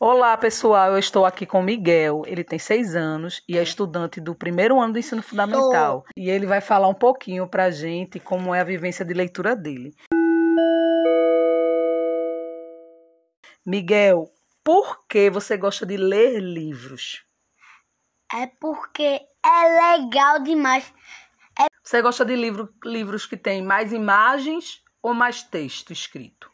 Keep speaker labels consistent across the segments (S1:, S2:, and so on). S1: Olá, pessoal. Eu estou aqui com o Miguel. Ele tem seis anos e é estudante do primeiro ano do ensino fundamental. E ele vai falar um pouquinho pra gente como é a vivência de leitura dele. Miguel, por que você gosta de ler livros?
S2: É porque é legal demais.
S1: Você gosta de livro- livros que tem mais imagens ou mais texto escrito?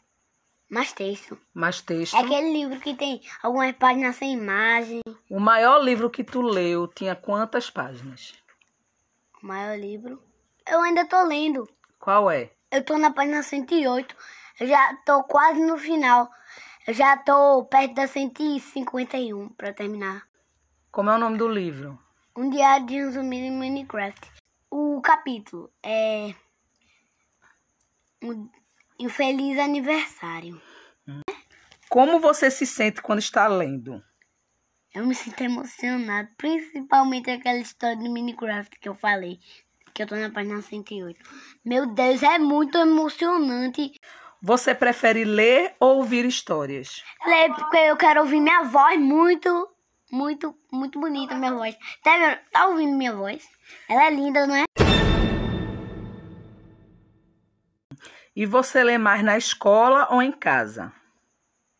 S2: Mas texto.
S1: Mais texto.
S2: É aquele livro que tem algumas páginas sem imagem.
S1: O maior livro que tu leu tinha quantas páginas?
S2: O maior livro. Eu ainda tô lendo.
S1: Qual é?
S2: Eu tô na página 108. Eu já tô quase no final. Eu já tô perto da 151 pra terminar.
S1: Como é o nome do livro?
S2: Um diário de um zumbi em Minecraft. O capítulo é. Um um feliz aniversário.
S1: Como você se sente quando está lendo?
S2: Eu me sinto emocionado, principalmente aquela história do Minecraft que eu falei, que eu tô na página 108. Meu Deus, é muito emocionante
S1: Você prefere ler ou ouvir histórias?
S2: ler, é porque eu quero ouvir minha voz muito, muito, muito bonita minha voz. Tá, vendo? tá ouvindo minha voz? Ela é linda, não é?
S1: E você lê mais na escola ou em casa?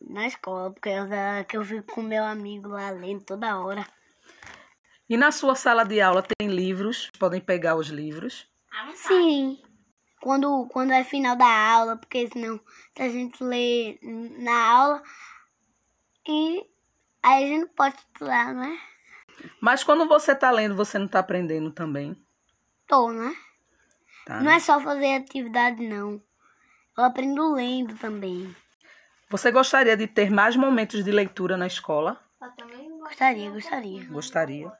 S2: Na escola, porque eu, que eu fico com meu amigo lá lendo toda hora.
S1: E na sua sala de aula tem livros? Podem pegar os livros?
S2: Sim. Quando, quando é final da aula, porque senão se a gente lê na aula e aí a gente não pode estudar, né?
S1: Mas quando você está lendo, você não está aprendendo também,
S2: Tô, né?
S1: tá?
S2: Não é só fazer atividade, não. Eu aprendo lendo também.
S1: Você gostaria de ter mais momentos de leitura na escola?
S2: Gostaria, gostaria.
S1: Gostaria.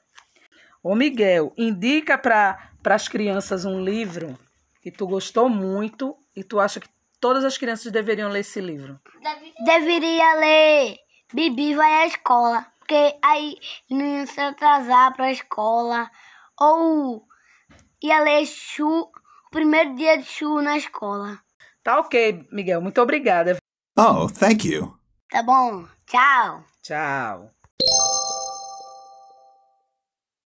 S1: Ô Miguel, indica para as crianças um livro que tu gostou muito e tu acha que todas as crianças deveriam ler esse livro.
S2: Deveria ler Bibi vai à escola. Porque aí não ia se atrasar pra escola. Ou ia ler Chu, o primeiro dia de Chu na escola.
S1: Tá ok, Miguel. Muito obrigada.
S3: Oh, thank you.
S2: Tá bom? Tchau!
S1: Tchau.